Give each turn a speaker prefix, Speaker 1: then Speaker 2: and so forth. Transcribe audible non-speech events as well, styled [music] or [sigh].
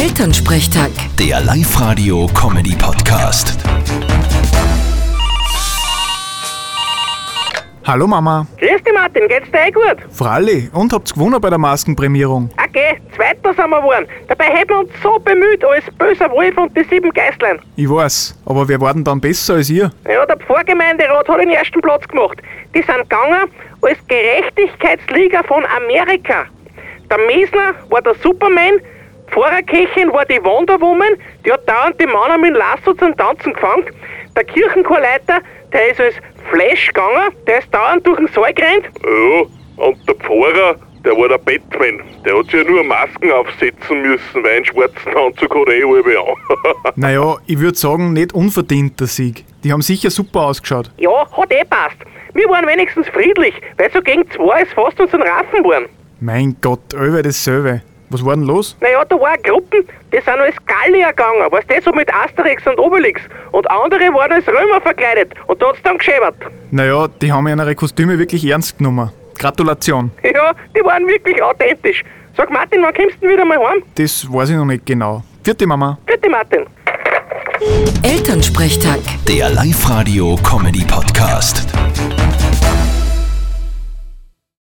Speaker 1: Elternsprechtag.
Speaker 2: Der Live-Radio-Comedy-Podcast.
Speaker 3: Hallo Mama.
Speaker 4: Grüß dich, Martin. Geht's dir eh gut?
Speaker 3: Fralli, und habt's gewonnen bei der Maskenprämierung?
Speaker 4: Okay, Zweiter sind wir geworden. Dabei hätten wir uns so bemüht als böser Wolf und die sieben Geißlein.
Speaker 3: Ich weiß, aber wer war denn dann besser als ihr?
Speaker 4: Ja, der Pfarrgemeinderat hat den ersten Platz gemacht. Die sind gegangen als Gerechtigkeitsliga von Amerika. Der Mesner war der Superman, Pfarrerkirchen war die Wonder Woman, die hat dauernd die Männer mit dem Lasso zum Tanzen gefangen. Der Kirchenchorleiter, der ist als Flash gegangen, der ist dauernd durch den Saal gerannt.
Speaker 5: Ja, und der Pfarrer, der war der Batman. Der hat sich ja nur Masken aufsetzen müssen, weil einen schwarzen Anzug hat eh alle an.
Speaker 3: Naja, ich würde sagen, nicht unverdienter Sieg. Die haben sicher super ausgeschaut.
Speaker 4: Ja, hat eh passt. Wir waren wenigstens friedlich, weil so gegen zwei ist fast uns ein Raffen waren.
Speaker 3: Mein Gott, allweil dasselbe. Was war denn los?
Speaker 4: Naja, da waren Gruppen, die sind als Gallier gegangen, weißt du, eh so mit Asterix und Obelix. Und andere waren als Römer verkleidet und da hat's dann geschäbert. [laughs]
Speaker 3: Naja, die haben ihre Kostüme wirklich ernst genommen. Gratulation.
Speaker 4: Ja, die waren wirklich authentisch. Sag Martin, wann kommst du denn wieder mal heim?
Speaker 3: Das weiß ich noch nicht genau. Vierte Mama.
Speaker 4: Bitte Martin.
Speaker 1: Elternsprechtag.
Speaker 2: Der Live-Radio-Comedy-Podcast.